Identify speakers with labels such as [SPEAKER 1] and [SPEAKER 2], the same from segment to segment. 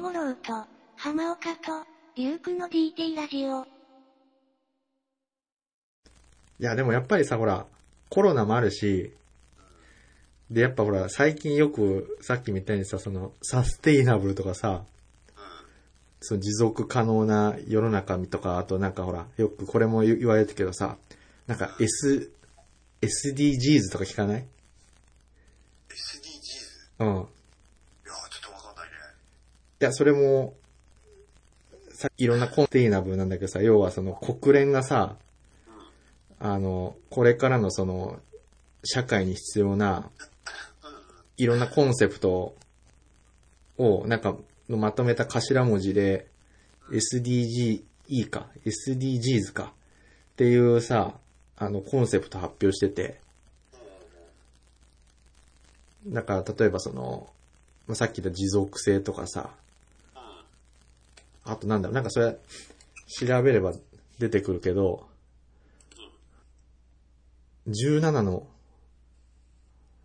[SPEAKER 1] 五郎と、浜岡と、リュウクの DT ラジオ。
[SPEAKER 2] いや、でもやっぱりさ、ほら、コロナもあるし、で、やっぱほら、最近よく、さっきみたいにさ、その、サステイナブルとかさ、その持続可能な世の中とか、あとなんかほら、よくこれも言言われてるけどさ、なんか S、SDGs とか聞かない
[SPEAKER 3] SDGs? い
[SPEAKER 2] うん。
[SPEAKER 3] やー、ちょっとわかんないね。
[SPEAKER 2] いや、それも、さいろんなコンテイナブルなんだけどさ、要はその国連がさ、あの、これからのその、社会に必要な、いろんなコンセプトを、なんか、のまとめた頭文字で、SDG、E か、SDGs か、っていうさ、あの、コンセプト発表してて、だから、例えばその、まあ、さっき言った持続性とかさ、あとなんだろう、なんかそれ、調べれば出てくるけど、17の、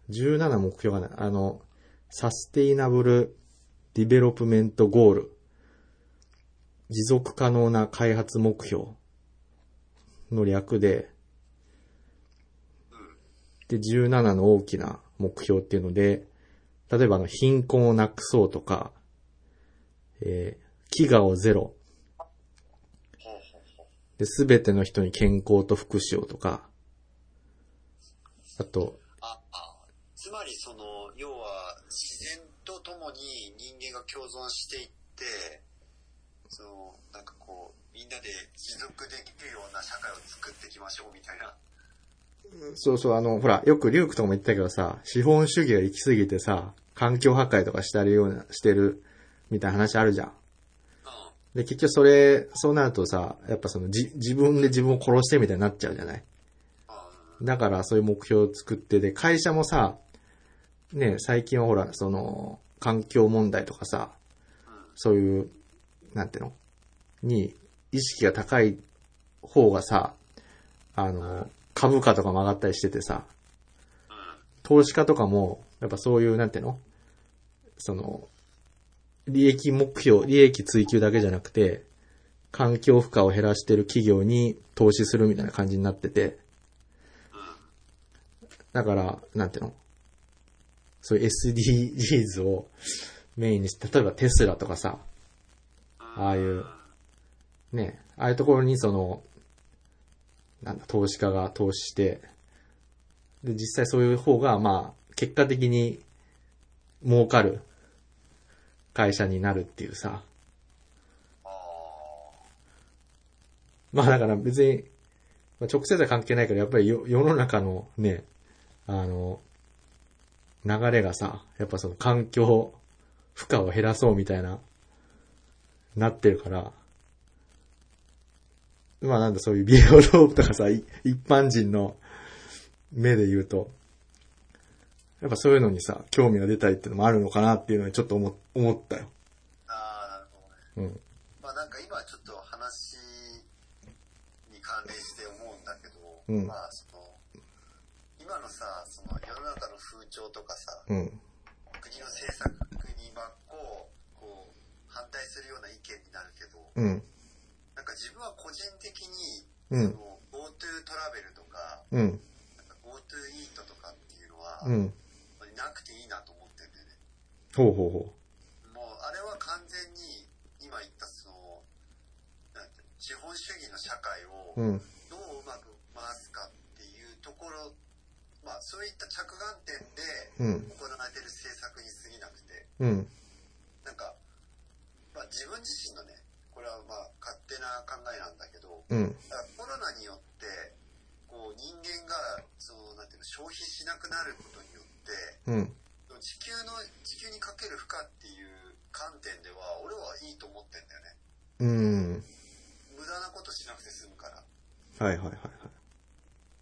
[SPEAKER 2] 17目標がない、あの、サステイナブルディベロップメントゴール、持続可能な開発目標の略で、で、17の大きな目標っていうので、例えばあの、貧困をなくそうとか、えー飢餓をゼロ。で、すべての人に健康と福祉をとか、あと、
[SPEAKER 3] あ、あ、つまりその、要は、自然とともに人間が共存していって、その、なんかこう、みんなで持続できるような社会を作っていきましょうみたいな。
[SPEAKER 2] そうそう、あの、ほら、よくリュークとかも言ってたけどさ、資本主義が行き過ぎてさ、環境破壊とかしたりような、してる、みたいな話あるじゃん。
[SPEAKER 3] うん。
[SPEAKER 2] で、結局それ、そうなるとさ、やっぱその、じ、自分で自分を殺してみたいになっちゃうじゃない
[SPEAKER 3] うん。
[SPEAKER 2] だからそういう目標を作ってで、会社もさ、ね、最近はほら、その、環境問題とかさ、そういう、なんていうのに、意識が高い方がさ、あの、株価とかも上がったりしててさ、投資家とかも、やっぱそういう、なんていうのその、利益目標、利益追求だけじゃなくて、環境負荷を減らしてる企業に投資するみたいな感じになってて、だから、なんていうのそういう SDGs をメインにして、例えばテスラとかさ、ああいう、ね、ああいうところにその、なんだ、投資家が投資して、で、実際そういう方が、まあ、結果的に儲かる会社になるっていうさ。まあだから別に、まあ、直接は関係ないけど、やっぱりよ世の中のね、あの、流れがさ、やっぱその環境負荷を減らそうみたいな、なってるから、まあなんだそういうビデオロープとかさ、い一般人の目で言うと、やっぱそういうのにさ、興味が出たりってのもあるのかなっていうのにちょっと思思ったよ。
[SPEAKER 3] ああ、なるほどね。
[SPEAKER 2] うん。
[SPEAKER 3] まあなんか今ちょっと話に関連して思うんだけど、
[SPEAKER 2] うん
[SPEAKER 3] まあその、今のさ、その世の中の風潮とかさ、
[SPEAKER 2] うん。
[SPEAKER 3] 国の政策に真っ向、こう、反対するような意見になるけど、
[SPEAKER 2] うん。
[SPEAKER 3] なんか自分は個人的に、
[SPEAKER 2] うん
[SPEAKER 3] その GoTo トラベルとか、
[SPEAKER 2] うん。
[SPEAKER 3] なんか GoTo イートとかっていうのは、
[SPEAKER 2] うん。
[SPEAKER 3] なくていいなと思ってんだよね。
[SPEAKER 2] ほうほうほ
[SPEAKER 3] もうあれは完全に今言ったその、なんていうの資本主義の社会を
[SPEAKER 2] う。うん。
[SPEAKER 3] どううまく回すかっていうところ、まあそういった着眼
[SPEAKER 2] うん。
[SPEAKER 3] 点で行われてる政策に過ぎなくて、
[SPEAKER 2] うん。
[SPEAKER 3] なんか、まあ自分自身のね、これはまあ勝手な考えなんだけど、
[SPEAKER 2] うん。
[SPEAKER 3] だからコロナによって、こう人間が、その、なんていうの、消費しなくなることによって、
[SPEAKER 2] うん。
[SPEAKER 3] 地球の、地球にかける負荷っていう観点では、俺はいいと思ってんだよ
[SPEAKER 2] う
[SPEAKER 3] ね。
[SPEAKER 2] ん。
[SPEAKER 3] 無駄なことしなくて済むから。
[SPEAKER 2] はいはいはいはい。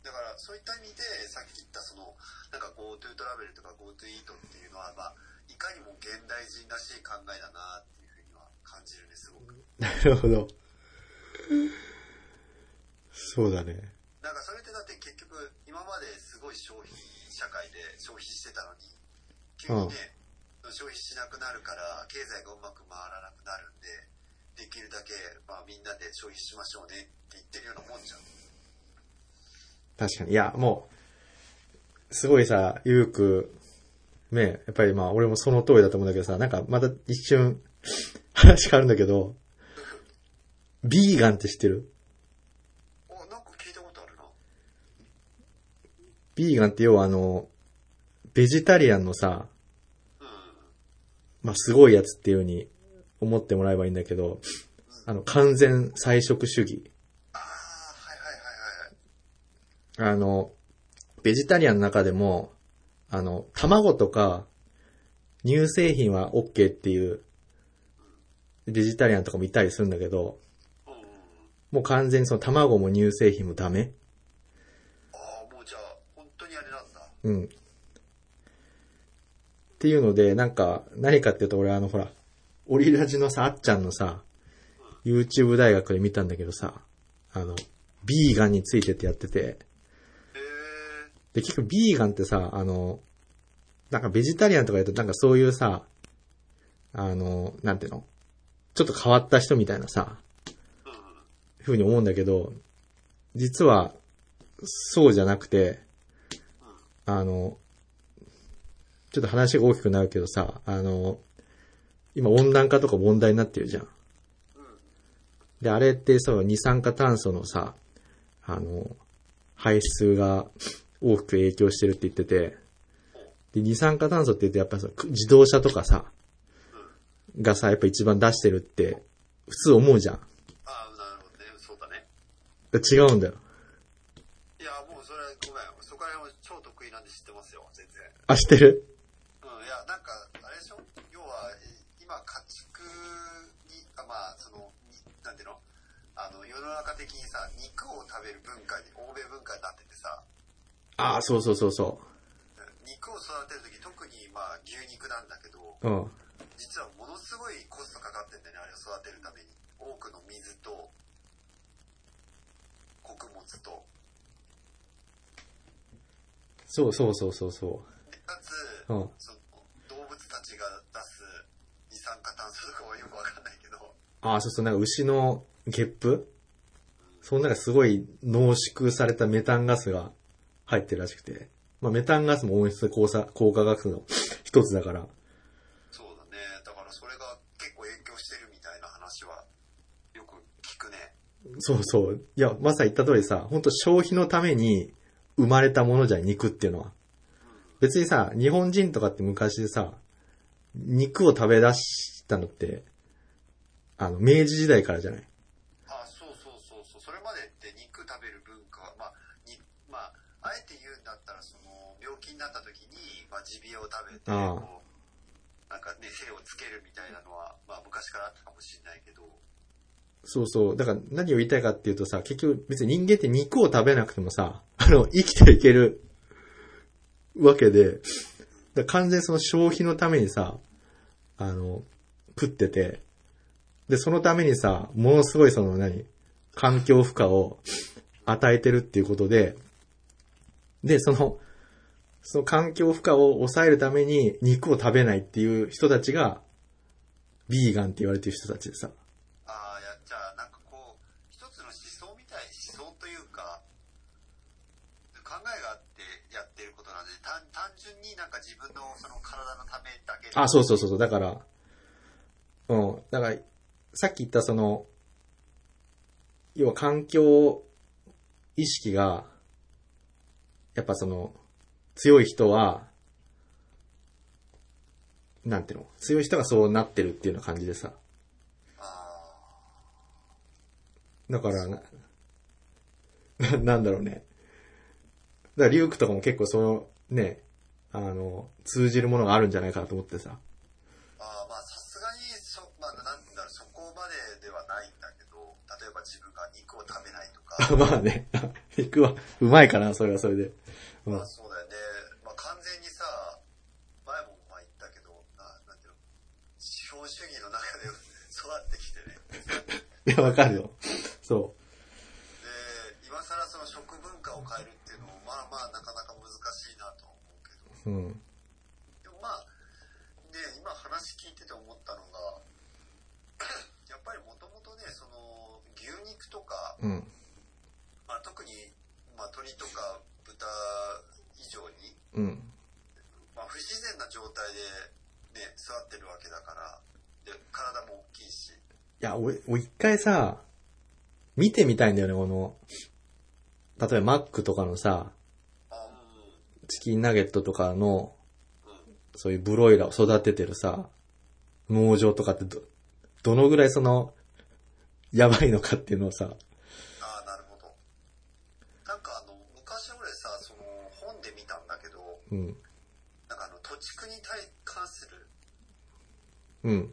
[SPEAKER 3] だから、そういった意味で、さっき言ったその、なんか GoTo トラベルとか GoTo イートっていうのは、まあ、いかにも現代人らしい考えだなっていうふうには感じるね、すごく。
[SPEAKER 2] なるほど。そうだね。
[SPEAKER 3] なんかそれってだって結局、今まですごい消費社会で消費してたのに、急にね、消費しなくなるから、経済がうまく回らなくなるんで、できるだけ、まあ、みんなで消費しましょうねって言ってるようなもんじゃん。
[SPEAKER 2] 確かに。いや、もう、すごいさ、ゆうく、ね、やっぱりまあ、俺もその通りだと思うんだけどさ、なんかまた一瞬、話変わるんだけど、ビーガンって知ってる
[SPEAKER 3] お、なんか聞いたことあるな。
[SPEAKER 2] ビーガンって要はあの、ベジタリアンのさ、
[SPEAKER 3] うん。
[SPEAKER 2] まあ、すごいやつっていう風に思ってもらえばいいんだけど、あの、完全菜食主義。
[SPEAKER 3] ああ、はいはいはいはい。
[SPEAKER 2] あの、ベジタリアンの中でも、あの、卵とか、乳製品は OK っていう、ベジタリアンとかもいたりするんだけど、
[SPEAKER 3] うんうんうん。
[SPEAKER 2] もう完全にその卵も乳製品もダメ。
[SPEAKER 3] ああ、もうじゃあ、本当にあれなんだ。
[SPEAKER 2] うん。っていうので、なんか、何かっていうと俺あのほら、オリラジのさ、あっちゃんのさ、YouTube 大学で見たんだけどさ、あの、ビーガンについてってやってて、
[SPEAKER 3] へえ。
[SPEAKER 2] で、結局ビーガンってさ、あの、なんかベジタリアンとか言うとなんかそういうさ、あの、なんていうのちょっと変わった人みたいなさ、
[SPEAKER 3] うんうん。
[SPEAKER 2] ふうに思うんだけど、実は、そうじゃなくて、あの、ちょっと話が大きくなるけどさ、あの、今温暖化とか問題になってるじゃん。で、あれってその二酸化炭素のさ、あの、排出が大きく影響してるって言ってて、で、二酸化炭素って言うとやっぱそのく自動車とかさ、がさ、やっぱ一番出してるって、普通思うじゃん。
[SPEAKER 3] ああ、なるほどね。そうだね。
[SPEAKER 2] 違うんだよ。
[SPEAKER 3] いや、もうそれはごめん。そこら辺は超得意なんで知ってますよ、全然。
[SPEAKER 2] あ、知ってる
[SPEAKER 3] うん、いや、なんか、あれでしょ要は、い今、家畜に、あまあ、その、になんていうのあの、世の中的にさ、肉を食べる文化に、欧米文化になっててさ、
[SPEAKER 2] ああ、そうそうそうそ
[SPEAKER 3] うん肉を育てるとき、特に、まあ、牛肉なんだけど、
[SPEAKER 2] う。うん。
[SPEAKER 3] 実はものすごいコストかかってんだよね、あれを育てるために。多くの水と、穀物と。
[SPEAKER 2] そうそうそうそうそ
[SPEAKER 3] でかつ、
[SPEAKER 2] う。うん。
[SPEAKER 3] その動物たちが出す二酸化炭素とかはよくわかんないけど、
[SPEAKER 2] ああ、そうそう、なんか牛のゲップその中すごい濃縮されたメタンガスが入ってるらしくて。まあメタンガスも温室効 果効果ガスの一つだから。
[SPEAKER 3] そうだね。だからそれが結構影響してるみたいな話はよく聞くね。
[SPEAKER 2] そうそう。いや、まさに言った通りさ、本当消費のために生まれたものじゃん、肉っていうのは。別にさ、日本人とかって昔さ、肉を食べ出したのって、あの、明治時代からじゃない
[SPEAKER 3] あ、そうそうそうそう。それまでって肉食べる文化は、まあ、に、まあ、あえて言うんだったら、その、病気になった時に、まあ、持病を食べて、
[SPEAKER 2] ああ
[SPEAKER 3] こう、なんかね、精をつけるみたいなのは、まあ、昔からあったかもしれないけど、
[SPEAKER 2] そうそう。だから何を言いたいかっていうとさ、結局別に人間って肉を食べなくてもさ、 あの、生きていけるわけで、だから完全にその消費のためにさ、あの、食ってて、で、そのためにさ、ものすごいその何、環境負荷を与えてるっていうことで、で、その、その環境負荷を抑えるために肉を食べないっていう人たちが、ビーガンって言われてる人たちでさ。
[SPEAKER 3] ああ、やっちゃあ、なんかこう、一つの思想みたい、思想というか、考えがあってやってることなんで、単単純になんか自分のその体のためだけで
[SPEAKER 2] あ、そうそうそうそう。だから、うん。だから、さっき言ったその、要は環境意識が、やっぱその、強い人は、なんていうの強い人がそうなってるっていうような感じでさ。
[SPEAKER 3] あ
[SPEAKER 2] だからな、ななんだろうね。だから、リュウクとかも結構その、ね、あの、通じるものがあるんじゃないかなと思ってさ。
[SPEAKER 3] ーあー、まあさすがにそ、まあなんだろう、そこまでではないんだけど、例えば自分が肉を食べないと か、
[SPEAKER 2] まあね、肉はうまいかな、それはそれで。うん
[SPEAKER 3] まあそうだよね。まあ完全にさ、前もまあ言ったけど、ななんていうの、資本主義の中で育ってきてね。
[SPEAKER 2] いや、わかるよ。そ
[SPEAKER 3] で、今更その食文化を変えるっていうのも、まあまあなかなか難しいなとは思うけど。
[SPEAKER 2] う。うん。
[SPEAKER 3] でもまあ、ね、今話聞いてて思ったのが、 やっぱりもともとね、その、牛肉とか、
[SPEAKER 2] うん。
[SPEAKER 3] まあ、特に、まあ、鶏とか豚以上に、
[SPEAKER 2] うん。
[SPEAKER 3] まあ、不自然な状態で、ね、座ってるわけだから、で、体も大きいし、
[SPEAKER 2] いや、俺、俺一回さ、見てみたいんだよね、この、例えばマックとかのさ、
[SPEAKER 3] あ
[SPEAKER 2] チキンナゲットとかの、
[SPEAKER 3] うん、うん、
[SPEAKER 2] そういうブロイラーを育ててるさ、農場とかってど、どのぐらいその、やばいのかっていうのをさ、
[SPEAKER 3] ああ、なるほど。なんかあの、昔俺さ、その、本で見たんだけど、
[SPEAKER 2] うん、
[SPEAKER 3] なんかあの、土地区に対関する
[SPEAKER 2] うん、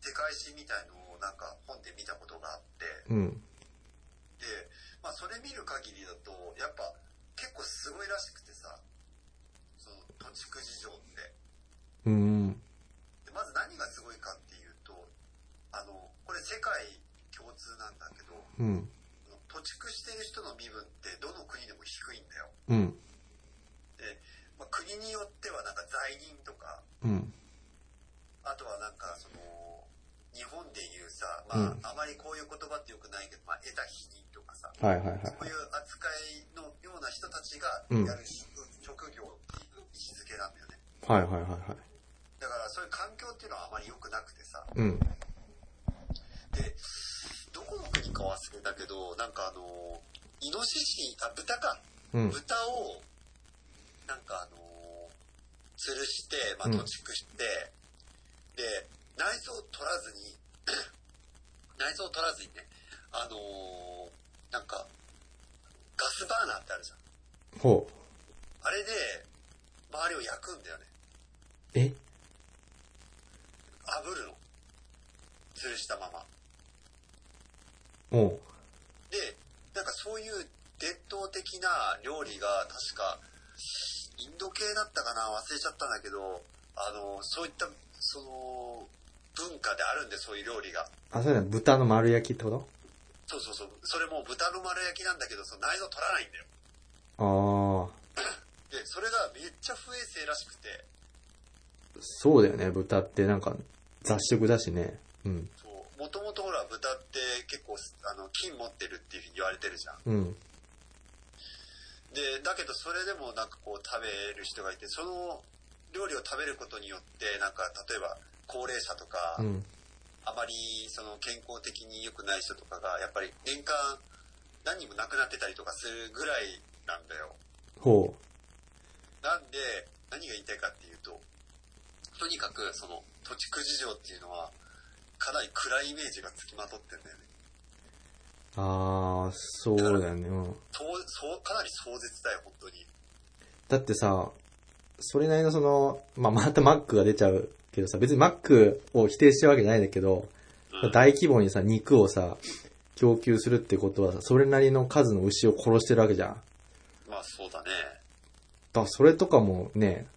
[SPEAKER 3] 世界史みたいのをなんか本で見たことがあって、
[SPEAKER 2] うん、
[SPEAKER 3] で、まあ、それ見る限りだと、やっぱ結構すごいらしくてさ、その土地区事情って。
[SPEAKER 2] うん、
[SPEAKER 3] でまず何がすごいかっていうと、あの、これ世界共通なんだけど、
[SPEAKER 2] うん、
[SPEAKER 3] 土地区してる人の身分ってどの国でも低いんだよ。
[SPEAKER 2] うん、
[SPEAKER 3] で、まあ、国によってはなんか罪人とか、
[SPEAKER 2] うん、
[SPEAKER 3] あとはなんかその、日本でいうさ、まあ、
[SPEAKER 2] うん
[SPEAKER 3] あまりこういう言葉ってよくないけど、まあ、得た否認とかさ、
[SPEAKER 2] はいはいはい。
[SPEAKER 3] そういう扱いのような人たちが
[SPEAKER 2] うん
[SPEAKER 3] やる職,、職業っていう位置づけなんだよね。
[SPEAKER 2] はいはいはいはい。
[SPEAKER 3] だからそういう環境っていうのはあまり良くなくてさ。
[SPEAKER 2] うん、
[SPEAKER 3] で、どこの国か忘れたけど、なんかあの、イノシシ、あ、豚か。
[SPEAKER 2] うん、
[SPEAKER 3] 豚を、なんかあの、吊るして、まあ、
[SPEAKER 2] うん
[SPEAKER 3] 土地区して、で、内臓を取らずに、 内臓を取らずにね、あのなんか、ガスバーナーってあるじゃん。
[SPEAKER 2] ほう。
[SPEAKER 3] あれで、周りを焼くんだよね。
[SPEAKER 2] え
[SPEAKER 3] 炙るの。吊るしたまま。
[SPEAKER 2] おう。
[SPEAKER 3] で、なんかそういう伝統的な料理が、確か、インド系だったかな忘れちゃったんだけど、あの、そういった、その、文化であるんで、そういう料理が。
[SPEAKER 2] あ、そうだね、豚の丸焼きってこ
[SPEAKER 3] そうそうそう。それも豚の丸焼きなんだけど、その内臓取らないんだよ。
[SPEAKER 2] とああ。
[SPEAKER 3] で、それがめっちゃ不衛生らしくて、
[SPEAKER 2] そうだよね、豚ってなんか雑食だしね。うん。
[SPEAKER 3] そう、もともとほら、豚って結構、あの、菌持ってるっていうふうに言われてるじゃん。
[SPEAKER 2] うん。
[SPEAKER 3] で、だけどそれでもなんかこう食べる人がいて、その料理を食べることによって、なんか例えば高齢者とか、
[SPEAKER 2] うん。
[SPEAKER 3] あまりその健康的に良くない人とかが、やっぱり年間何人も亡くなってたりとかするぐらいなんだよ。
[SPEAKER 2] ほ
[SPEAKER 3] なんで、何が言いたいかっていうと、とにかくその土地区事情っていうのは、かなり暗いイメージがつきまとってんだよね。
[SPEAKER 2] う。ああ、そうだよね。うん。
[SPEAKER 3] そう、そう、かなり壮絶だよ、本当に。
[SPEAKER 2] だってさ、それなりのその、まあ、またマックが出ちゃうけどさ、別にマックを否定してるわけじゃないんだけど、
[SPEAKER 3] うん
[SPEAKER 2] 大規模にさ、肉をさ、供給するってことはさ、それなりの数の牛を殺してるわけじゃん。だか
[SPEAKER 3] まあそうだね。
[SPEAKER 2] らそれとかもね、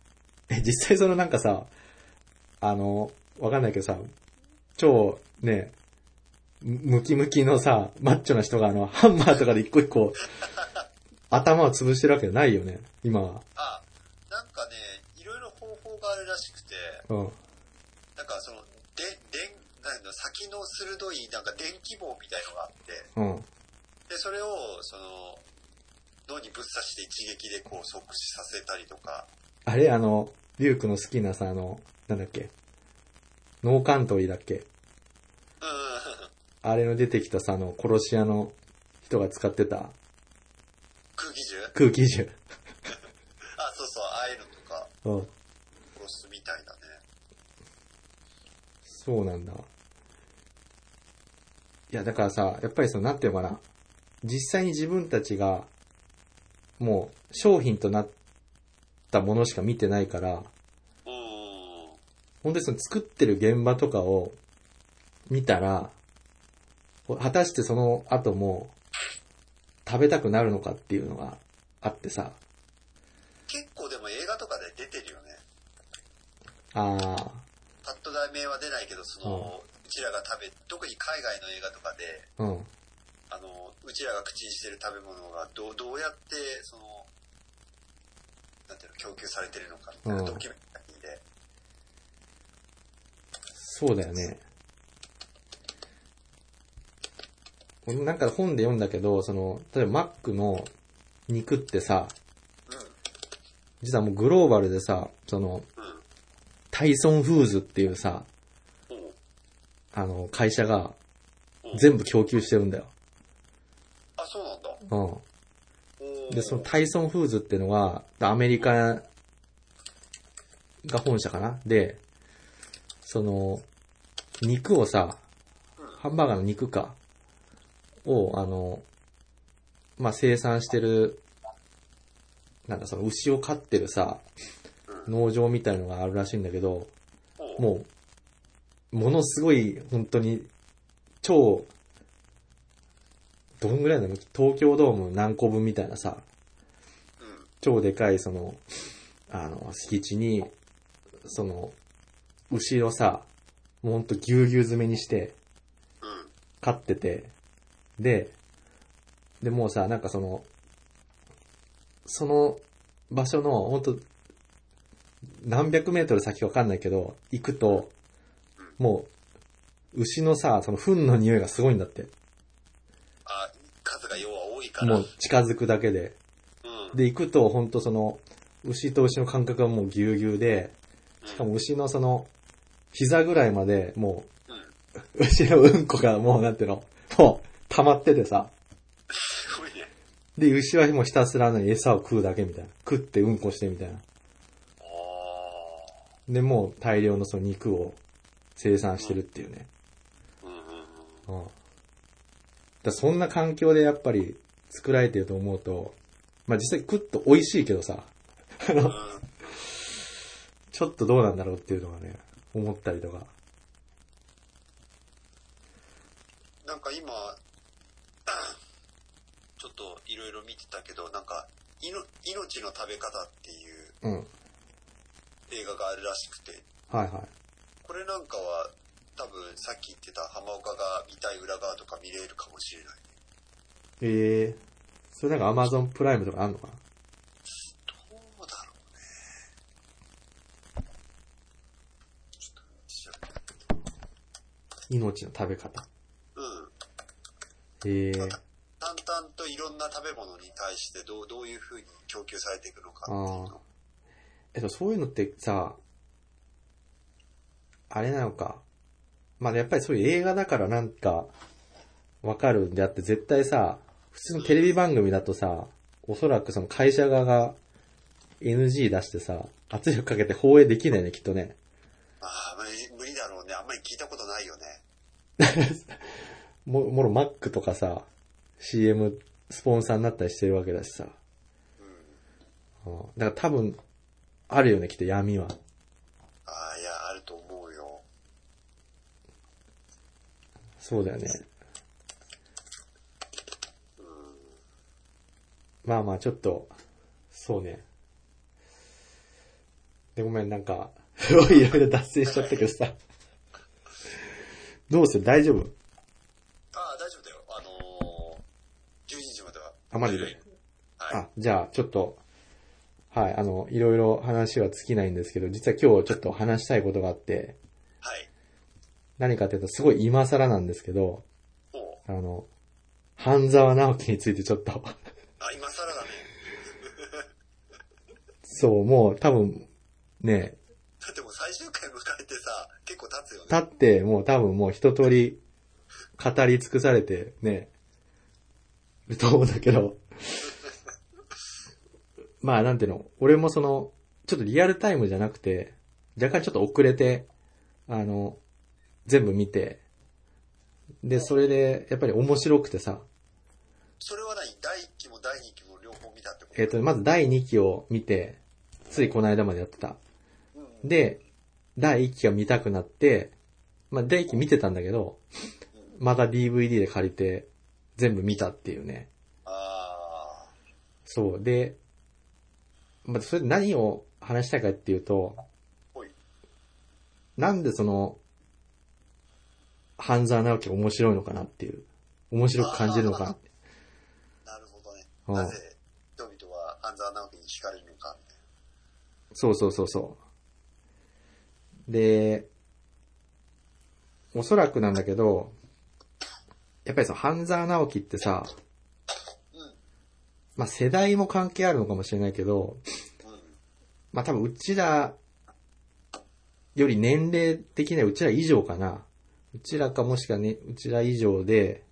[SPEAKER 2] え、実際そのなんかさ、あの、わかんないけどさ、超ね、ムムキムキのさ、マッチョな人があの、ハンマーとかで一個一個、頭を潰してるわけじゃないよね、今は。
[SPEAKER 3] あ、なんかね、いろいろ方法があるらしくて、
[SPEAKER 2] うん。
[SPEAKER 3] なんかその、で、でん、なんだろう先の鋭い、なんか電気棒みたいのがあって、
[SPEAKER 2] うん。
[SPEAKER 3] で、それを、その、脳にぶっ刺して一撃でこう即死させたりとか、
[SPEAKER 2] あれあの、リュウクの好きなさ、あの、なんだっけ。ノーカントリーだっけ
[SPEAKER 3] うんうんうん、
[SPEAKER 2] あれの出てきたさ、あの、殺し屋の人が使ってた
[SPEAKER 3] 空気銃
[SPEAKER 2] 空気銃。
[SPEAKER 3] あ、そうそう、ああいうのとか、
[SPEAKER 2] うん。
[SPEAKER 3] 殺すみたいだね。
[SPEAKER 2] そうなんだ。いや、だからさ、やっぱりその、なんていうのかな。実際に自分たちが、もう、商品となったものしか見てないから、
[SPEAKER 3] うん。
[SPEAKER 2] 本当にその作ってる現場とかを見たら、果たしてその後も食べたくなるのかっていうのがあってさ、
[SPEAKER 3] 結構でも映画とかで出てるよね。
[SPEAKER 2] ああ、
[SPEAKER 3] パッと題名は出ないけど、その、うちらが食べ、特に海外の映画とかで、
[SPEAKER 2] うん、
[SPEAKER 3] あの、うちらが口にしてる食べ物がどう、どうやって、その、なんていうの、供給されてるのかみたいな
[SPEAKER 2] うん
[SPEAKER 3] ドキュメンタリーで。
[SPEAKER 2] そうだよね。俺もなんか本で読んだけど、その、例えばマックの肉ってさ、実はもうグローバルでさ、その、
[SPEAKER 3] うん。
[SPEAKER 2] タイソンフーズっていうさ、
[SPEAKER 3] おう
[SPEAKER 2] あの、会社が
[SPEAKER 3] おう
[SPEAKER 2] 全部供給してるんだよ。
[SPEAKER 3] あ、そうなんだ。
[SPEAKER 2] うん。
[SPEAKER 3] おう
[SPEAKER 2] で、そのタイソンフーズっていうのが、アメリカが本社かなで、その、肉をさ、ハンバーガーの肉か、を、あの、まあ、生産してる、なんかその牛を飼ってるさ、農場みたいのがあるらしいんだけど、
[SPEAKER 3] おう
[SPEAKER 2] もう、ものすごい、本当に、超、どんぐらいなの東京ドーム何個分みたいなさ、
[SPEAKER 3] うん。
[SPEAKER 2] 超でかい、その、あの、敷地に、その、牛をさ、もうほんとぎゅうぎゅう詰めにして、
[SPEAKER 3] うん。
[SPEAKER 2] 飼ってて、で、で、もうさ、なんかその、その場所の、ほんと、何百メートル先かわかんないけど、行くと、もう、牛のさ、その糞の匂いがすごいんだって。
[SPEAKER 3] あ、数が要は多いから。
[SPEAKER 2] もう近づくだけで。
[SPEAKER 3] うん。
[SPEAKER 2] で、行くと、ほんとその、牛と牛の間隔がもうぎゅうぎゅうで、しかも牛のその、膝ぐらいまで、も
[SPEAKER 3] うん。うん。
[SPEAKER 2] う、牛のうんこがもう、なんていうの、もう、溜まっててさ。
[SPEAKER 3] すごいね。
[SPEAKER 2] で、牛はもうひたすらね、餌を食うだけみたいな。食ってうんこしてみたいな。
[SPEAKER 3] あ
[SPEAKER 2] で、もう大量のその肉を生産してるっていうね。
[SPEAKER 3] あ。うんうんうん。
[SPEAKER 2] うん。だからそんな環境でやっぱり作られてると思うと、まあ実際食って美味しいけどさ、あ
[SPEAKER 3] う
[SPEAKER 2] の、
[SPEAKER 3] ん。
[SPEAKER 2] ちょっとどうなんだろうっていうのがね、思ったりとか。
[SPEAKER 3] なんか今、 ちょっといろいろ見てたけど、なんか、いの命の食べ方って
[SPEAKER 2] う
[SPEAKER 3] いう
[SPEAKER 2] ん。はい
[SPEAKER 3] 映画があるらしくて、
[SPEAKER 2] は
[SPEAKER 3] これなんかは多分さっき言ってた浜岡が見たい裏側とか見れるかもしれない。
[SPEAKER 2] い。ええー。それなんか Amazon プライムとかあんのかな
[SPEAKER 3] どうだろうね。ちょっと調べて
[SPEAKER 2] 命の食べ方。
[SPEAKER 3] うん。
[SPEAKER 2] ええー。
[SPEAKER 3] 淡々といろんな食べ物に対してどうどういう風に供給されていくのかっていうの。
[SPEAKER 2] えっと、そういうのってさ、あれなのか。まあ、やっぱりそういう映画だからなんか、わかるんであって、絶対さ、普通のテレビ番組だとさ、おそらくその会社側が NG 出してさ、圧力かけて放映できないね、きっとね。
[SPEAKER 3] ああ、無理無理だろうね。あんまり聞いたことないよね。
[SPEAKER 2] も、もろ Mac とかさ、CM スポンサーになったりしてるわけだしさ。
[SPEAKER 3] うん。
[SPEAKER 2] うんだから多分、あるよね、きっと闇は。
[SPEAKER 3] ああ、いや、あると思うよ。
[SPEAKER 2] そうだよね。まあまあ、ちょっと、そうね。で、ごめん、なんか、 すごいいろいろ脱線しちゃったけどさ。どうする大丈夫
[SPEAKER 3] ああ、大丈夫だよ。あのー、12時までは。
[SPEAKER 2] あマジで
[SPEAKER 3] はい。
[SPEAKER 2] あ、じゃあ、ちょっと、はい、あの、いろいろ話は尽きないんですけど、実は今日ちょっと話したいことがあって、
[SPEAKER 3] はい。
[SPEAKER 2] 何かっていうと、すごい今更なんですけど、
[SPEAKER 3] おう
[SPEAKER 2] あの、半沢直樹についてちょっと、
[SPEAKER 3] あ、今更だね。
[SPEAKER 2] そう、もう多分、ね、
[SPEAKER 3] だってもう最終回迎えてさ、結構経つよね。
[SPEAKER 2] 立って、もう多分もう一通り語り尽くされてね、ると思うんだけど。 まあなんていうの、俺もその、ちょっとリアルタイムじゃなくて、若干ちょっと遅れて、あの、全部見て、で、それで、やっぱり面白くてさ、
[SPEAKER 3] それは何第1期も第2期も両方見たってこと
[SPEAKER 2] えっ、と、まず第2期を見て、ついこの間までやってた。
[SPEAKER 3] うん。
[SPEAKER 2] で、第1期が見たくなって、まあ、第1期見てたんだけど、また DVD で借りて、全部見たっていうね。
[SPEAKER 3] あ
[SPEAKER 2] そう。で、まあ、それで何を話したいかっていうと、
[SPEAKER 3] ー。はい。
[SPEAKER 2] なんでその、半沢直樹が面白いのかなっていう。面白く感じるのかなって。
[SPEAKER 3] なるほどね。
[SPEAKER 2] うん
[SPEAKER 3] なぜ人々は半沢直樹に惹かれるのかみたい
[SPEAKER 2] そうそうそうそう。で、おそらくなんだけど、やっぱりその、半沢直樹ってさ、まあ世代も関係あるのかもしれないけど、まあ多分うちらより年齢的にはうちら以上かな。うちらかもしくはね、うちら以上で、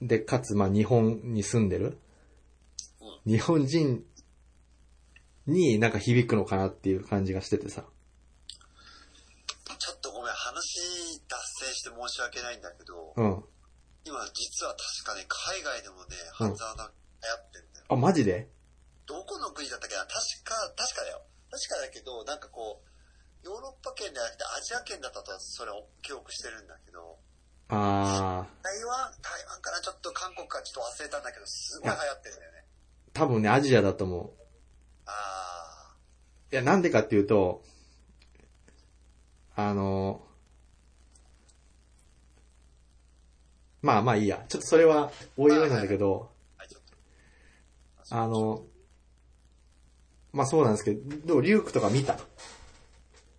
[SPEAKER 2] で、かつまあ日本に住んでる。日本人になんか響くのかなっていう感じがしててさ。
[SPEAKER 3] ちょっとごめん、話脱線して申し訳ないんだけど、
[SPEAKER 2] うん。
[SPEAKER 3] 今実は確かね、海外でもね、半沢直樹流行ってんだよ。
[SPEAKER 2] あ、マジで
[SPEAKER 3] どこの国だったっけな確か、確かだよ。確かだけど、なんかこう、ヨーロッパ圏ではなくてアジア圏だったとそれを記憶してるんだけど、
[SPEAKER 2] あー。
[SPEAKER 3] 台湾、台湾からちょっと韓国からちょっと忘れたんだけど、すごい流行ってるんだよね。
[SPEAKER 2] 多分ね、アジアだと思う。
[SPEAKER 3] あ
[SPEAKER 2] いや、なんでかっていうと、あの、まあまあいいや。ちょっとそれは、おいおいなんだけど、
[SPEAKER 3] ー。はい、ちょっと。
[SPEAKER 2] あの、まあそうなんですけど、でもリュークとか見た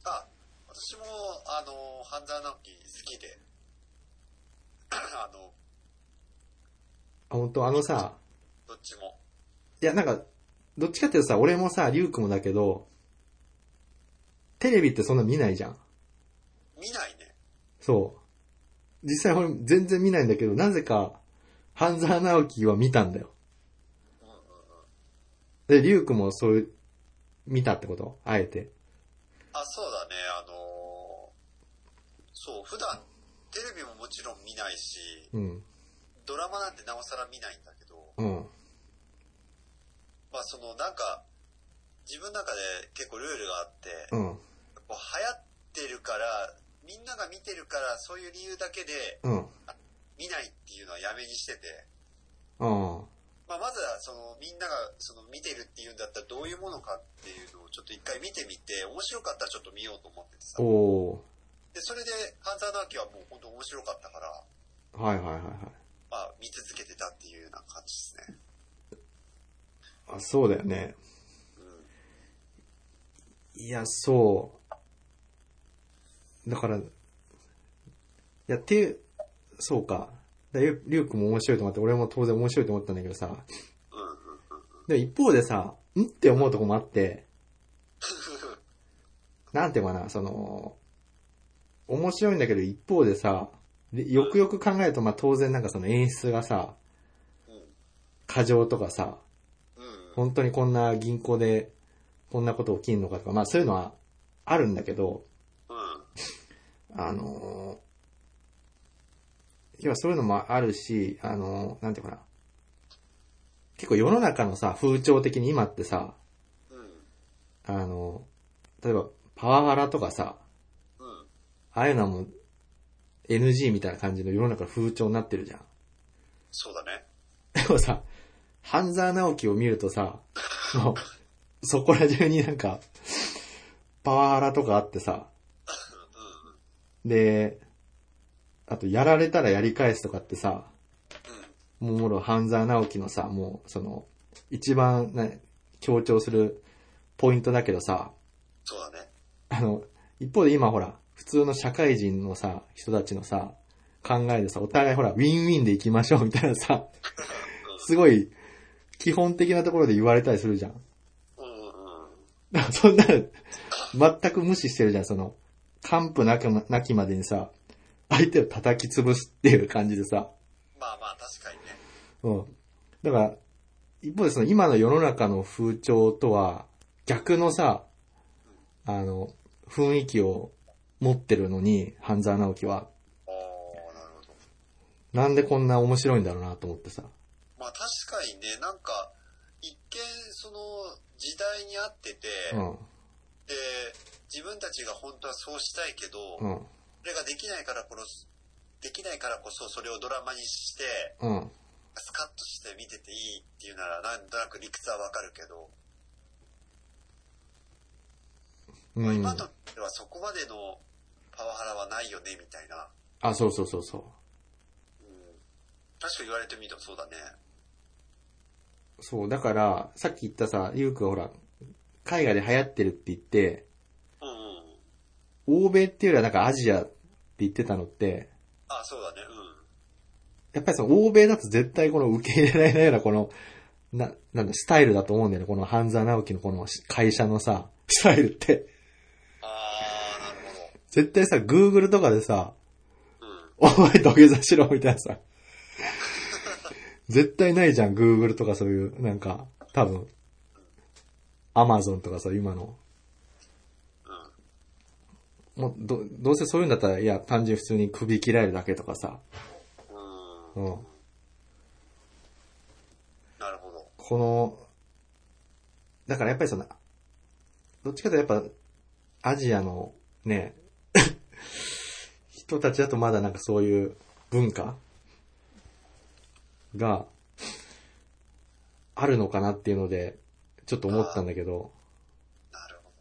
[SPEAKER 3] あ、私も、あの、半沢直樹好きで、 あの、
[SPEAKER 2] あ、本当あのさ、
[SPEAKER 3] どっちも。
[SPEAKER 2] いや、なんか、どっちかっていうとさ、俺もさ、リュウクもだけど、テレビってそんな見ないじゃん。
[SPEAKER 3] 見ないね。
[SPEAKER 2] そう。実際俺全然見ないんだけど、なぜか、半沢直樹は見たんだよ。で、リュウクもそういう、見たってことあえて。
[SPEAKER 3] あ、そうだね、あの、そう、普段、テレビももちろん見ないし、
[SPEAKER 2] うん。
[SPEAKER 3] ドラマなんてなおさら見ないんだけど、
[SPEAKER 2] うん。
[SPEAKER 3] まあその、なんか、自分の中で結構ルールがあって、
[SPEAKER 2] うん。
[SPEAKER 3] こう流行ってるから、みんなが見てるから、そういう理由だけで
[SPEAKER 2] うん。
[SPEAKER 3] 見ないっていうのはやめにしてて、
[SPEAKER 2] うん。
[SPEAKER 3] まあ、まずはそのみんながその見てるっていうんだったらどういうものかっていうのをちょっと一回見てみて面白かったらちょっと見ようと思っててさ
[SPEAKER 2] おー。
[SPEAKER 3] でそれで「半沢直樹」はもう本当面白かったから、
[SPEAKER 2] はいはいはいはい。
[SPEAKER 3] まあ、見続けてたっていうような感じですね
[SPEAKER 2] あ、そうだよね。
[SPEAKER 3] うん
[SPEAKER 2] いや、そう。だから、いや、っていう、そうか。だリュリュウクも面白いと思って、俺も当然面白いと思ったんだけどさ。
[SPEAKER 3] うんうんうん
[SPEAKER 2] で、一方でさ、んって思うとこもあって、なんていうかな、その、面白いんだけど一方でさ、でよくよく考えると、まあ、当然なんかその演出がさ、過剰とかさ、
[SPEAKER 3] うんうん
[SPEAKER 2] 本当にこんな銀行でこんなこと起きんのかとか、まあそういうのはあるんだけど、
[SPEAKER 3] うん
[SPEAKER 2] あのー、要はそういうのもあるし、あのー、なんていうかな。結構世の中のさ、風潮的に今ってさ、
[SPEAKER 3] うん
[SPEAKER 2] あのー、例えばパワハラとかさ、
[SPEAKER 3] うん
[SPEAKER 2] ああいうのはもう NG みたいな感じの世の中の風潮になってるじゃん。
[SPEAKER 3] そうだね
[SPEAKER 2] でもさ、半沢直樹を見るとさ、もう、そこら中になんか、パワハラとかあってさ、で、あと、やられたらやり返すとかってさ、もうもろ、半沢直樹のさ、もう、その、一番、ね、強調するポイントだけどさ、
[SPEAKER 3] そうだね
[SPEAKER 2] あの、一方で今ほら、普通の社会人のさ、人たちのさ、考えでさ、お互いほら、ウィンウィンでいきましょうみたいなさ、すごい、基本的なところで言われたりするじゃん。
[SPEAKER 3] うんうん
[SPEAKER 2] だからそんなの、全く無視してるじゃん、その、完膚なくまなきまでにさ、相手を叩き潰すっていう感じでさ、
[SPEAKER 3] まあまあ確かにね
[SPEAKER 2] うん。だから、一方でその今の世の中の風潮とは逆のさ、あの、雰囲気を持ってるのに、半沢直樹は。
[SPEAKER 3] ああなるほど
[SPEAKER 2] なんでこんな面白いんだろうなと思ってさ。
[SPEAKER 3] まあ確かにねなんか一見その時代に合ってて、
[SPEAKER 2] うん。
[SPEAKER 3] で、自分たちが本当はそうしたいけど、
[SPEAKER 2] う
[SPEAKER 3] そ
[SPEAKER 2] ん。
[SPEAKER 3] れができないからこの、できないからこそそれをドラマにして、
[SPEAKER 2] うん。
[SPEAKER 3] スカッとして見てていいっていうなら、なんとなく理屈はわかるけど、ま
[SPEAKER 2] う
[SPEAKER 3] あ
[SPEAKER 2] ん
[SPEAKER 3] 今。のではそこまでのパワハラはないよね、みたいな。
[SPEAKER 2] あ、そうそうそうそう。
[SPEAKER 3] うん、確か言われてみるとそうだね。
[SPEAKER 2] そう、だから、さっき言ったさ、ゆうくんほら、海外で流行ってるって言って、
[SPEAKER 3] うんうん。
[SPEAKER 2] 欧米っていうよりはなんかアジアって言ってたのって、
[SPEAKER 3] あ、そうだね、うん。
[SPEAKER 2] やっぱりその欧米だと絶対この受け入れられないようなこの、な、なんだ、スタイルだと思うんだよね。この半沢直樹のこの会社のさ、 スタイルって。
[SPEAKER 3] あー、なるほ
[SPEAKER 2] 絶対さ、Google とかでさ、
[SPEAKER 3] ど。うん。
[SPEAKER 2] お前土下座しろみたいなさ。絶対ないじゃん、Google とかそういう、なんか、多分、Amazon とかさ、今の。もう、ど、どうせそういうんだったら、いや、単純に普通に首切られるだけとかさ。
[SPEAKER 3] うん。
[SPEAKER 2] うん。
[SPEAKER 3] なるほど。
[SPEAKER 2] この、だからやっぱりその、どっちかというとやっぱ、アジアのね、 人たちだとまだなんかそういう文化があるのかなっていうので、ちょっと思ったんだけど、
[SPEAKER 3] なるほ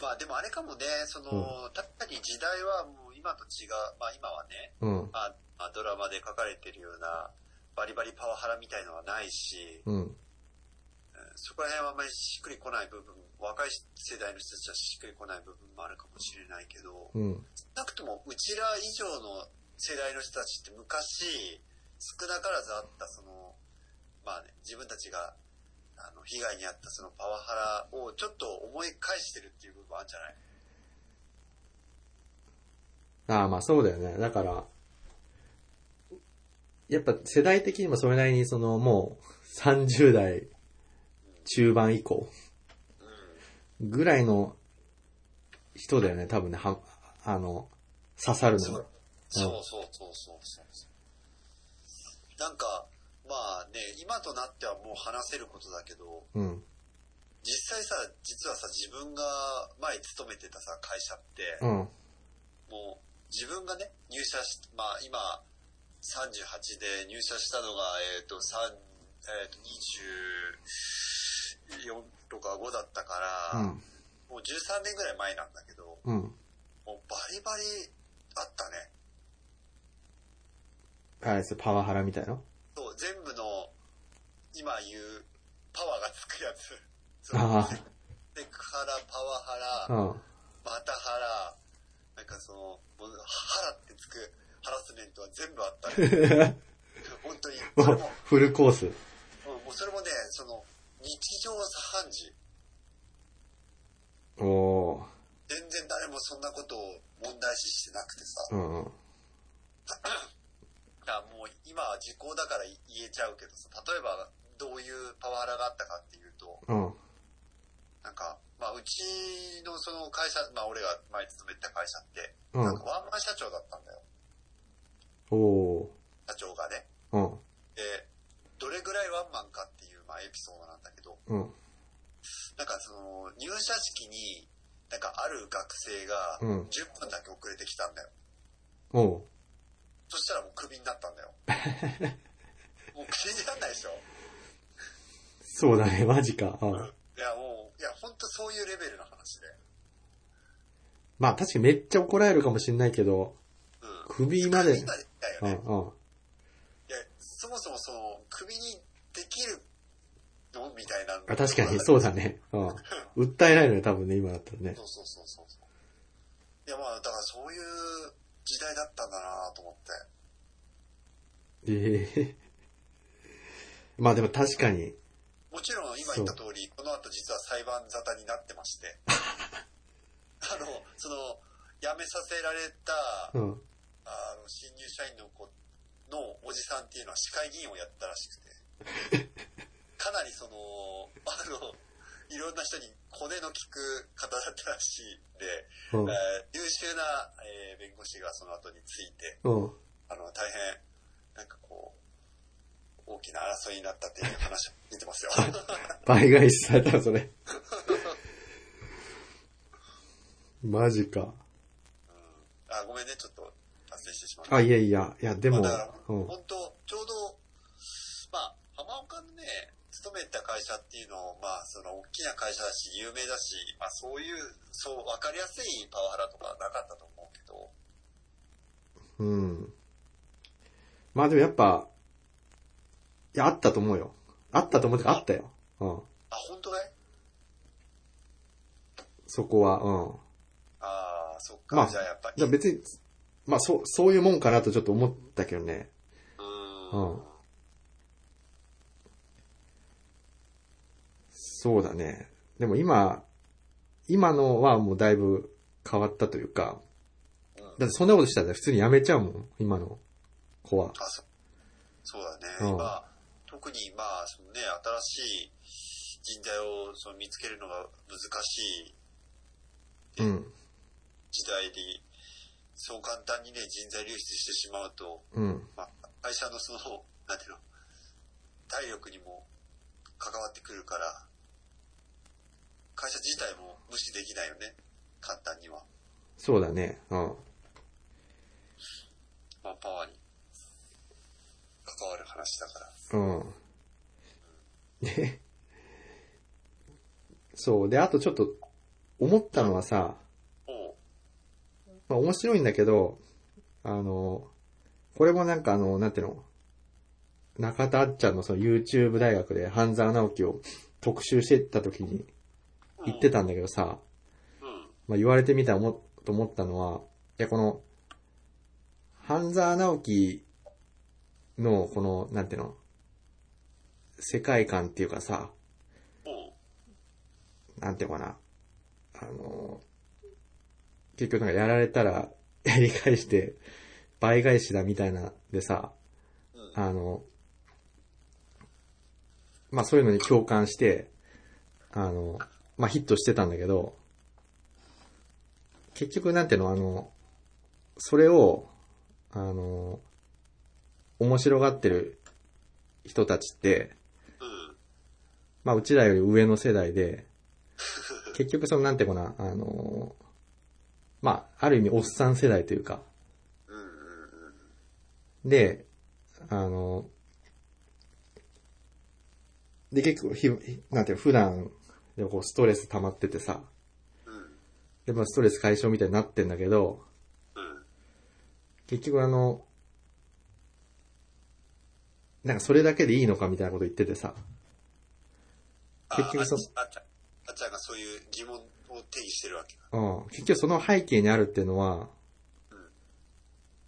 [SPEAKER 3] ど。まあでもあれかもね、その、
[SPEAKER 2] う
[SPEAKER 3] 確かに時代はもう今と違う、まあ今はね、
[SPEAKER 2] うん、
[SPEAKER 3] まあ、まあドラマで書かれてるような、バリバリパワハラみたいのはないし、
[SPEAKER 2] うん、
[SPEAKER 3] そこら辺はあんまりしっくりこない部分、若い世代の人たちはしっくりこない部分もあるかもしれないけど、
[SPEAKER 2] うん、
[SPEAKER 3] 少なくともうちら以上の世代の人たちって昔、少なからずあったその、まあね、自分たちが、あの、被害に遭ったそのパワハラをちょっと思い返してるっていう部分あるんじゃない
[SPEAKER 2] ああ、まあそうだよね。だから、やっぱ世代的にもそれなりにそのもう30代中盤以降ぐらいの人だよね、多分ね、は、あの、刺さるのが。
[SPEAKER 3] そうそうそうそうそうそう。なんか、まあね、今となってはもう話せることだけど、
[SPEAKER 2] うん。
[SPEAKER 3] 実際さ、実はさ、自分が前勤めてたさ、会社って、
[SPEAKER 2] うん。
[SPEAKER 3] もう自分がね、入社し、まあ今、38で入社したのが、えっ、と、3、えっ、と、24とか5だったから、
[SPEAKER 2] うん。
[SPEAKER 3] もう13年ぐらい前なんだけど、
[SPEAKER 2] うん。
[SPEAKER 3] もうバリバリあったね。
[SPEAKER 2] あれですパワハラみたいな。
[SPEAKER 3] そう、全部の、今言う、パワーがつくやつ。そう
[SPEAKER 2] あ
[SPEAKER 3] セクハラ、パワハ
[SPEAKER 2] あ。う
[SPEAKER 3] ラ、
[SPEAKER 2] ん。
[SPEAKER 3] バタハラ、なんかその、もう、ハラってつくハラスメントは全部あ ったね。本当に。そ
[SPEAKER 2] も
[SPEAKER 3] れ
[SPEAKER 2] う
[SPEAKER 3] も、
[SPEAKER 2] フルコース。
[SPEAKER 3] うんもうそれもね、その、日常茶飯事。
[SPEAKER 2] おお
[SPEAKER 3] 全然誰もそんなことを問題視してなくてさ。
[SPEAKER 2] ー。うんうん。
[SPEAKER 3] だからもう今は時効だから言えちゃうけどさ、例えばどういうパワハラがあったかっていうと、
[SPEAKER 2] うん。
[SPEAKER 3] なんか、まあうちのその会社、まあ俺が前勤めてた会社って、
[SPEAKER 2] う
[SPEAKER 3] なん
[SPEAKER 2] ん
[SPEAKER 3] か。ワンマン社長だったんだよ。
[SPEAKER 2] おお
[SPEAKER 3] 社長がね。
[SPEAKER 2] ー。うん。
[SPEAKER 3] で、どれぐらいワンマンかっていう、まあエピソードなんだけど、
[SPEAKER 2] うん。
[SPEAKER 3] なんかその入社式に、なんかある学生が
[SPEAKER 2] うん
[SPEAKER 3] 10分だけ遅れてきたんだよ。
[SPEAKER 2] おお
[SPEAKER 3] そしたらもうクビになったんだ よ。もう信じらんないでしょ
[SPEAKER 2] そうだね、マ ジか。うん。
[SPEAKER 3] いやもう、いやほんとそういうレベルの話で。
[SPEAKER 2] まあ確かにめっちゃ怒られるかもしんないけど、
[SPEAKER 3] うん。
[SPEAKER 2] 首まで
[SPEAKER 3] クビ。までだよ
[SPEAKER 2] うん
[SPEAKER 3] ね。
[SPEAKER 2] うん。
[SPEAKER 3] いや、そもそもその、クビにできるのみたいな。
[SPEAKER 2] あ、確かに、そう
[SPEAKER 3] だ。
[SPEAKER 2] だね。うん。訴えられるね、多分ね、今だったらね
[SPEAKER 3] そ。うそうそうそう。いやまあ、だからそういう時代だったんだなと思って。
[SPEAKER 2] ええ まあでも確かに、
[SPEAKER 3] もちろん今言った通り、この後実は裁判沙汰になってまして。 あの、その、辞めさせられた、
[SPEAKER 2] うん。
[SPEAKER 3] あの、新入社員の子のおじさんっていうのは市会議員をやったらしくて、 かなりその、あの、いろんな人に骨の利く方だったらしいんで、
[SPEAKER 2] うん
[SPEAKER 3] え。ー優秀な、えー弁護士がその後について、
[SPEAKER 2] うん。
[SPEAKER 3] あの、大変、なんかこう、大きな争いになったっていう話を聞いてますよ。
[SPEAKER 2] 倍返しされた、そ れ。マジか。
[SPEAKER 3] あ、ごめんね、ちょっと、発生してしまった。
[SPEAKER 2] あ、いやいや、いや、でも
[SPEAKER 3] まあだから、
[SPEAKER 2] うん、
[SPEAKER 3] 本当、ちょうど、まあ、浜岡のね、勤めてた会社っていうのを、まあ、その、大きな会社だし、有名だし、まあ、そういう、そう、わかりやすいパワハラとかはなかったと思うけど、
[SPEAKER 2] うん。まあでもやっぱ、いや、あったと思うよ。あったと思うてか、あったよ。うん。
[SPEAKER 3] あ、本当ね
[SPEAKER 2] そこは、うん。
[SPEAKER 3] そっか、
[SPEAKER 2] まあ
[SPEAKER 3] じゃあやっぱり。
[SPEAKER 2] じゃあ別に、まあそう、そういうもんかなとちょっと思ったけどね。
[SPEAKER 3] う
[SPEAKER 2] うん
[SPEAKER 3] ん。
[SPEAKER 2] そうだね。でも今、今のはもうだいぶ変わったというか、だってそんなことしたら普通にやめちゃうもん、今の子は。
[SPEAKER 3] あそそうだね、
[SPEAKER 2] うん
[SPEAKER 3] 今特にまあそのね新しい人材をその見つけるのが難しい
[SPEAKER 2] うん、
[SPEAKER 3] 時代にそう簡単にね人材流出してしまうと、
[SPEAKER 2] うん、
[SPEAKER 3] まあ、会社のそのなんていうの体力にも関わってくるから会社自体も無視できないよね簡単には、
[SPEAKER 2] そうだね。うん。
[SPEAKER 3] まあ、パワーに関わる話だから
[SPEAKER 2] うん。 で、そう。で、あとちょっと、思ったのはさ、
[SPEAKER 3] おう
[SPEAKER 2] まあ面白いんだけど、あの、これもなんかあの、なんていうの、中田あっちゃんのその YouTube 大学で半沢直樹を特集してた時に言ってたんだけどさ、
[SPEAKER 3] うん
[SPEAKER 2] まあ言われてみたら思っと思ったのは、いやこの、半沢直樹のこの、なんていうの、世界観っていうかさ、
[SPEAKER 3] おう
[SPEAKER 2] なんていうのかな、あの、結局なんかやられたら やり返して倍返しだみたいなでさ、
[SPEAKER 3] うん
[SPEAKER 2] あの、まあそういうのに共感して、あの、まあヒットしてたんだけど、結局なんていうの、あの、それを、あの、面白がってる人たちって、
[SPEAKER 3] うん
[SPEAKER 2] まあ、うちらより上の世代で、結局その、なんていうかな、あのーまあ、ある意味、おっさん世代というか、
[SPEAKER 3] うんうん
[SPEAKER 2] で、あのーで、結構ひ、なんていうの普段、でもこう、ストレス溜まっててさ、
[SPEAKER 3] うん
[SPEAKER 2] で、まあ、ストレス解消みたいになってんだけど、
[SPEAKER 3] うん
[SPEAKER 2] 結局あの、なんかそれだけでいいのかみたいなこと言っててさ、結局そ
[SPEAKER 3] ああっちゃんあっちゃんがそういう疑問を定義してるわけだ。
[SPEAKER 2] うん。結局その背景にあるっていうのは、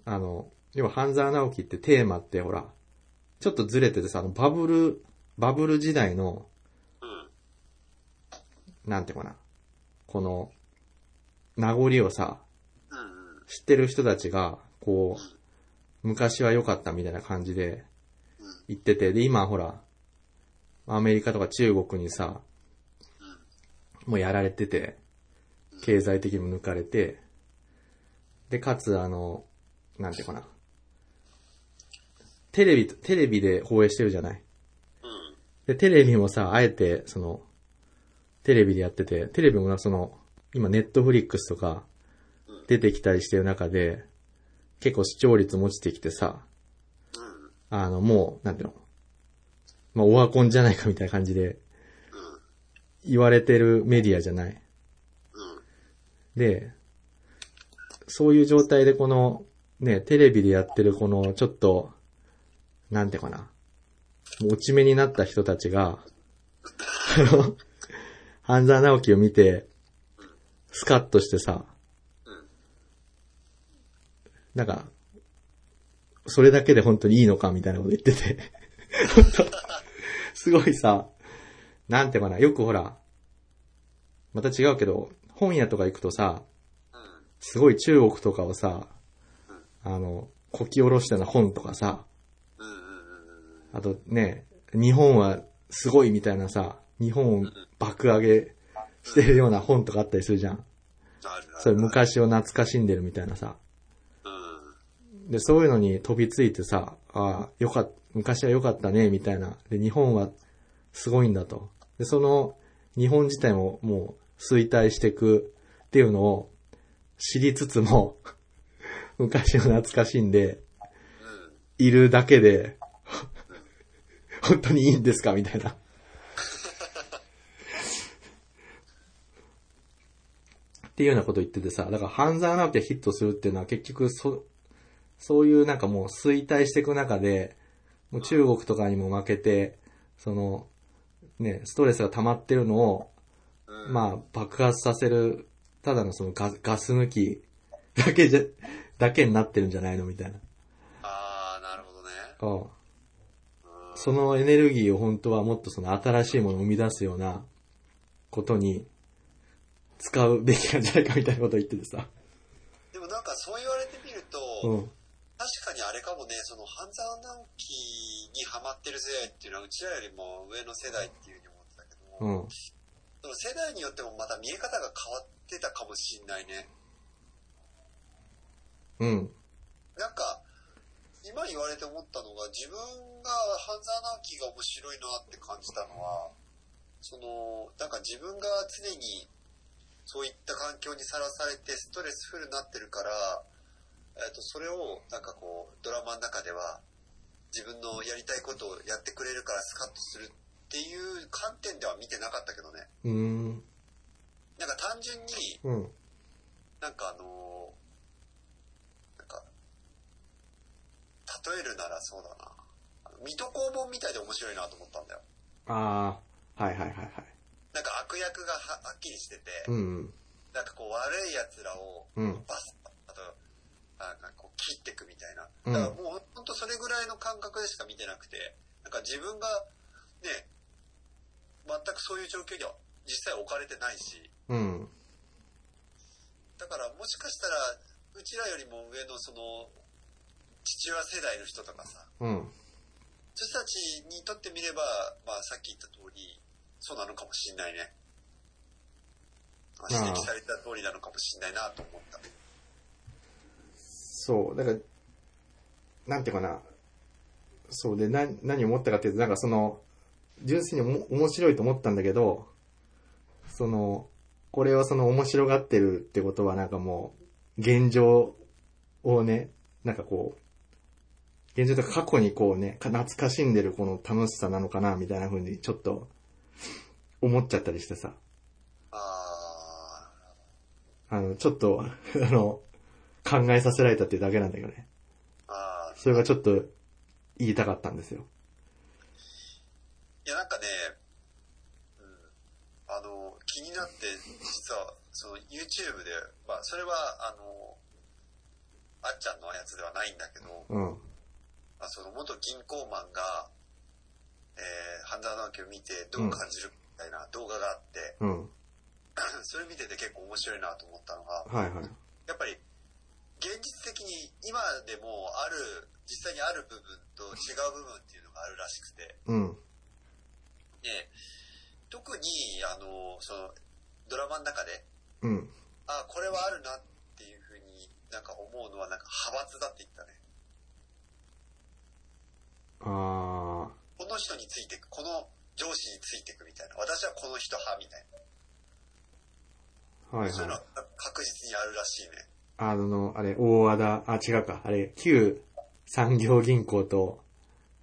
[SPEAKER 2] あの、要は半沢直樹ってテーマってほら、ちょっとずれててさ、あのバブル、バブル時代の、
[SPEAKER 3] うん。
[SPEAKER 2] なんていうかな、この、名残をさ、
[SPEAKER 3] うんうん。
[SPEAKER 2] 知ってる人たちが、こう、昔は良かったみたいな感じで
[SPEAKER 3] うん、
[SPEAKER 2] 言ってて、で、今ほら、アメリカとか中国にさ、もうやられてて、経済的にも抜かれて、で、かつ、あの、なんていうかな。テレビ、テレビで放映してるじゃない
[SPEAKER 3] うん。
[SPEAKER 2] で、テレビもさ、あえて、その、テレビでやってて、テレビもな、その、今、ネットフリックスとか
[SPEAKER 3] うん、
[SPEAKER 2] 出てきたりしてる中で、結構視聴率も落ちてきてさ、
[SPEAKER 3] うん。
[SPEAKER 2] あの、もう、なんていうの、まあ、オワコンじゃないかみたいな感じで、
[SPEAKER 3] うん。
[SPEAKER 2] 言われてるメディアじゃない。
[SPEAKER 3] うん。
[SPEAKER 2] で、そういう状態でこの、ね、テレビでやってるこの、ちょっと、なんていうかな、もう落ち目になった人たちが、 あの、半沢直樹を見て、スカッとしてさ、なんか、それだけで本当にいいのかみたいなこと言ってて、 本当すごいさ、なんていうかな、よくほら、また違うけど、本屋とか行くとさ、すごい中国とかをさ、あの、こき下ろしたような本とかさ、
[SPEAKER 3] うん。うん。
[SPEAKER 2] あとね、日本はすごいみたいなさ、日本を爆上げしてるような本とかあったりするじゃん。
[SPEAKER 3] あるある。
[SPEAKER 2] それ。昔を懐かしんでるみたいなさ。
[SPEAKER 3] うん。
[SPEAKER 2] で、そういうのに飛びついてさ、ああ、よかっ昔は良かったね、みたいな。で、日本はすごいんだと。で、その、日本自体ももう衰退していくっていうのを知りつつも、 昔を懐かしんで、
[SPEAKER 3] うん。
[SPEAKER 2] いるだけで、本当にいいんですかみたいな。っていうようなこと言っててさ、だから半沢直樹がヒットするっていうのは結局そ、そういうなんかもう衰退していく中で、もう中国とかにも負けて、その、ね、ストレスが溜まってるのを、
[SPEAKER 3] うん。
[SPEAKER 2] まあ爆発させる、ただのそのガガス抜き だけじゃ、だけになってるんじゃないのみたいな。
[SPEAKER 3] ああ、なるほどね。
[SPEAKER 2] うん。
[SPEAKER 3] うん
[SPEAKER 2] そのエネルギーを本当はもっとその新しいものを生み出すようなことに使うべきなんじゃないかみたいなことを言っててさ。
[SPEAKER 3] でもなんかそう言われてみると、
[SPEAKER 2] うん。
[SPEAKER 3] 確かにあれかもね、その半沢直樹にハマってる世代っていうのはうちらよりも上の世代っていうふうに思ってたけど、
[SPEAKER 2] うん。
[SPEAKER 3] その世代によってもまた見え方が変わってたかもしんないね。
[SPEAKER 2] うん。
[SPEAKER 3] なんか、今言われて思ったのが、自分が半沢直樹が面白いなって感じたのは、その、なんか自分が常にそういった環境にさらされてストレスフルになってるから、えっ、と、それをなんかこう、ドラマの中では自分のやりたいことをやってくれるからスカッとするっていう観点では見てなかったけどね。
[SPEAKER 2] うーん。
[SPEAKER 3] なんか単純に、
[SPEAKER 2] うん。
[SPEAKER 3] なんかあのーなんか、例えるならそうだな。あの水戸黄門みたいで面白いなと思ったんだよ。
[SPEAKER 2] ああ、はいはいはいはい。
[SPEAKER 3] なんか悪役がははっきりしてて、
[SPEAKER 2] うん。
[SPEAKER 3] なんかこう悪い奴らを
[SPEAKER 2] うん。
[SPEAKER 3] バスッと、なんかこう切っていくみたいな。
[SPEAKER 2] うん
[SPEAKER 3] だからもうほんとそれぐらいの感覚でしか見てなくて、なんか自分がね、全くそういう状況には実際置かれてないし、
[SPEAKER 2] うん。
[SPEAKER 3] だからもしかしたらうちらよりも上のその父親世代の人とかさ
[SPEAKER 2] うん。
[SPEAKER 3] そういう人たちにとってみれば、まあ、さっき言った通りそうなのかもしんないね、まあ、
[SPEAKER 2] ああ
[SPEAKER 3] 指摘された通りなのかもしんないなと思った
[SPEAKER 2] そう、だから、なんていうかな。そうで、な、何を思ったかっていうと、なんかその、純粋におも面白いと思ったんだけど、その、これをその面白がってるってことはなんかもう、現状をね、なんかこう、現状とか過去にこうね、か懐かしんでるこの楽しさなのかな、みたいな風にちょっと、思っちゃったりしてさ。
[SPEAKER 3] ああ
[SPEAKER 2] あの、ちょっと、 あの、考えさせられたっていうだけなんだけどね。
[SPEAKER 3] ああ
[SPEAKER 2] それがちょっと言いたかったんですよ。
[SPEAKER 3] いやなんかね、うん、あの気になって実はその YouTube で、まあ、それはあのあっちゃんのやつではないんだけど、
[SPEAKER 2] うん。
[SPEAKER 3] まあ、その元銀行マンが、えー、半沢直樹を見てどう感じるみたいな動画があって、
[SPEAKER 2] うん。
[SPEAKER 3] それ見てて結構面白いなと思ったのが、
[SPEAKER 2] はいはい。
[SPEAKER 3] やっぱり現実的に今でもある、実際にある部分と違う部分っていうのがあるらしくて、
[SPEAKER 2] うん。
[SPEAKER 3] で、特に、あの、その、ドラマの中で、
[SPEAKER 2] うん。
[SPEAKER 3] あ、これはあるなっていうふうになんか思うのはなんか派閥だって言ったね。
[SPEAKER 2] あ
[SPEAKER 3] この人についていく、この上司についていくみたいな、私はこの人派みたいな。
[SPEAKER 2] ー。はい
[SPEAKER 3] そういうの
[SPEAKER 2] はい
[SPEAKER 3] は。確実にあるらしいね。
[SPEAKER 2] あの、あれ、大和田、あ、違うか。あれ、旧産業銀行と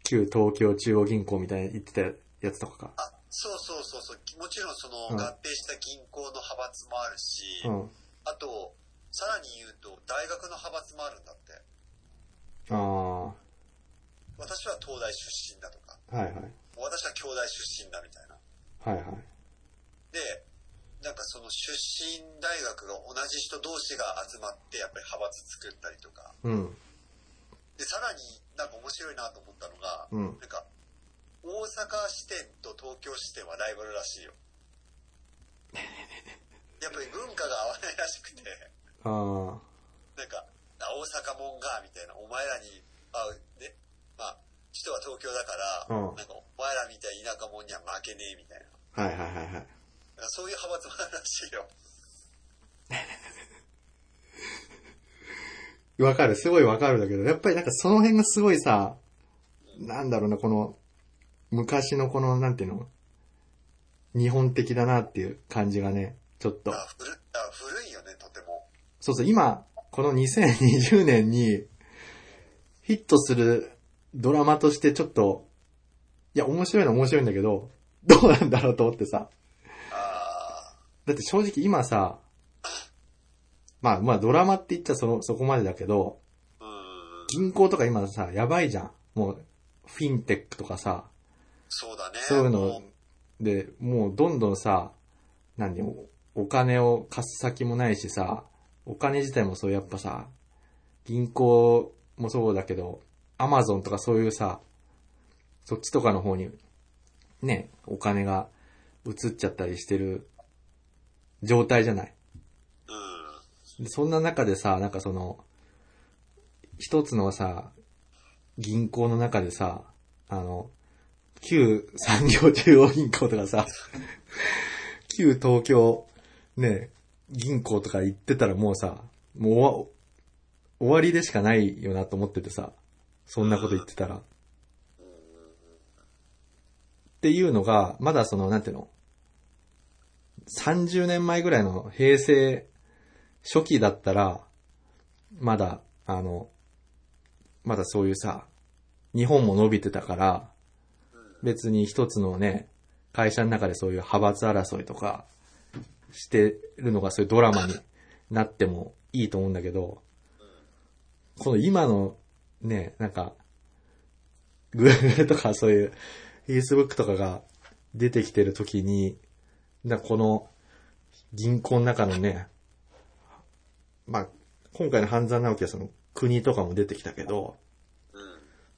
[SPEAKER 2] 旧東京中央銀行みたいに言ってたやつとかか。
[SPEAKER 3] あ、そうそうそうそう。もちろんその
[SPEAKER 2] うん
[SPEAKER 3] 合併した銀行の派閥もあるし、
[SPEAKER 2] うん。
[SPEAKER 3] あと、さらに言うと大学の派閥もあるんだって。
[SPEAKER 2] ああ。は
[SPEAKER 3] 私は東大出身だとか、
[SPEAKER 2] いはい。
[SPEAKER 3] 私は京大出身だみたいな。
[SPEAKER 2] はいはい。
[SPEAKER 3] で、なんかその出身大学が同じ人同士が集まってやっぱり派閥作ったりとか。
[SPEAKER 2] うん。
[SPEAKER 3] で、さらになんか面白いなと思ったのが、
[SPEAKER 2] うん。
[SPEAKER 3] なんか、大阪支店と東京支店はライバルら しいよ。やっぱり文化が合わないらしくて、
[SPEAKER 2] ああ。
[SPEAKER 3] なんか、あ大阪もんが、みたいな、お前らに、あ、ね、まあ、人は東京だから、
[SPEAKER 2] うん
[SPEAKER 3] なんか、お前らみたいな田舎もんには負けねえ、みたいな。
[SPEAKER 2] はいはいはいはい。
[SPEAKER 3] なんかそういう派閥もあるらしいよ。
[SPEAKER 2] わかる、すごいわかるんだけど、やっぱりなんかその辺がすごいさ、なんだろうな、この、昔のこの、なんていうの、日本的だなっていう感じがね、ちょっと。
[SPEAKER 3] あ古あ古いよね、とても。
[SPEAKER 2] そうそう、今、この2020年に、ヒットするドラマとしてちょっと、いや、面白いのは面白いんだけど、どうなんだろうと思ってさ。
[SPEAKER 3] あ
[SPEAKER 2] だって正直今さ、まあまあドラマって言っちゃその、そこまでだけど、
[SPEAKER 3] ーうーん、
[SPEAKER 2] 銀行とか今さ、やばいじゃん。もう、フィンテックとかさ、
[SPEAKER 3] そうだね。
[SPEAKER 2] そういう
[SPEAKER 3] も
[SPEAKER 2] ので、もうどんどんさ、何、おお金を貸す先もないしさ、お金自体もそうやっぱさ、銀行もそうだけど、アマゾンとかそういうさ、そっちとかの方に、ね、お金が移っちゃったりしてる状態じゃない。
[SPEAKER 3] うん。
[SPEAKER 2] でそんな中でさ、なんかその、一つのさ、銀行の中でさ、あの、旧産業中央銀行とかさ、旧東京、ね、銀行とか行ってたらもうさ、もう終わ終わりでしかないよなと思っててさ、そんなこと言ってたら。っていうのが、まだその、なんていうの ?30 年前ぐらいの平成初期だったら、まだ、あの、まだそういうさ、日本も伸びてたから、別に一つのね、会社の中でそういう派閥争いとかしてるのがそういうドラマになってもいいと思うんだけど、この今のね、なんか、Google とかそういう Facebook とかが出てきてる時に、なんかこの銀行の中のね、まあ、今回の半沢直樹はその国とかも出てきたけど、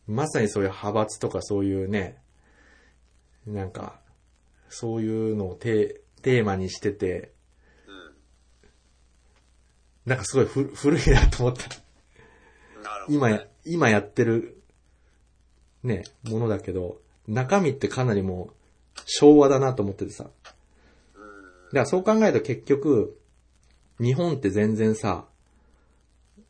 [SPEAKER 3] うん。
[SPEAKER 2] まさにそういう派閥とかそういうね、なんか、そういうのをテーテーマにしてて、なんかすごい古古いなと思った。
[SPEAKER 3] うん。なるほど、ね。
[SPEAKER 2] 今や、今やってる、ね、ものだけど、中身ってかなりもう、昭和だなと思っててさ。だからそう考えると結局、日本って全然さ、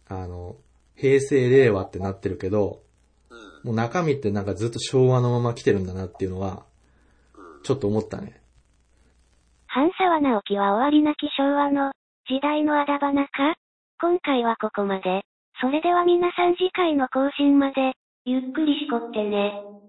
[SPEAKER 2] あの、平成、令和ってなってるけど、
[SPEAKER 3] うん。
[SPEAKER 2] もう中身ってなんかずっと昭和のまま来てるんだなっていうのは、ちょっと思ったね。
[SPEAKER 1] 半沢直樹は終わりなき昭和の時代のあだ花か今回はここまで。それでは皆さん次回の更新まで、ゆっくりしこってね。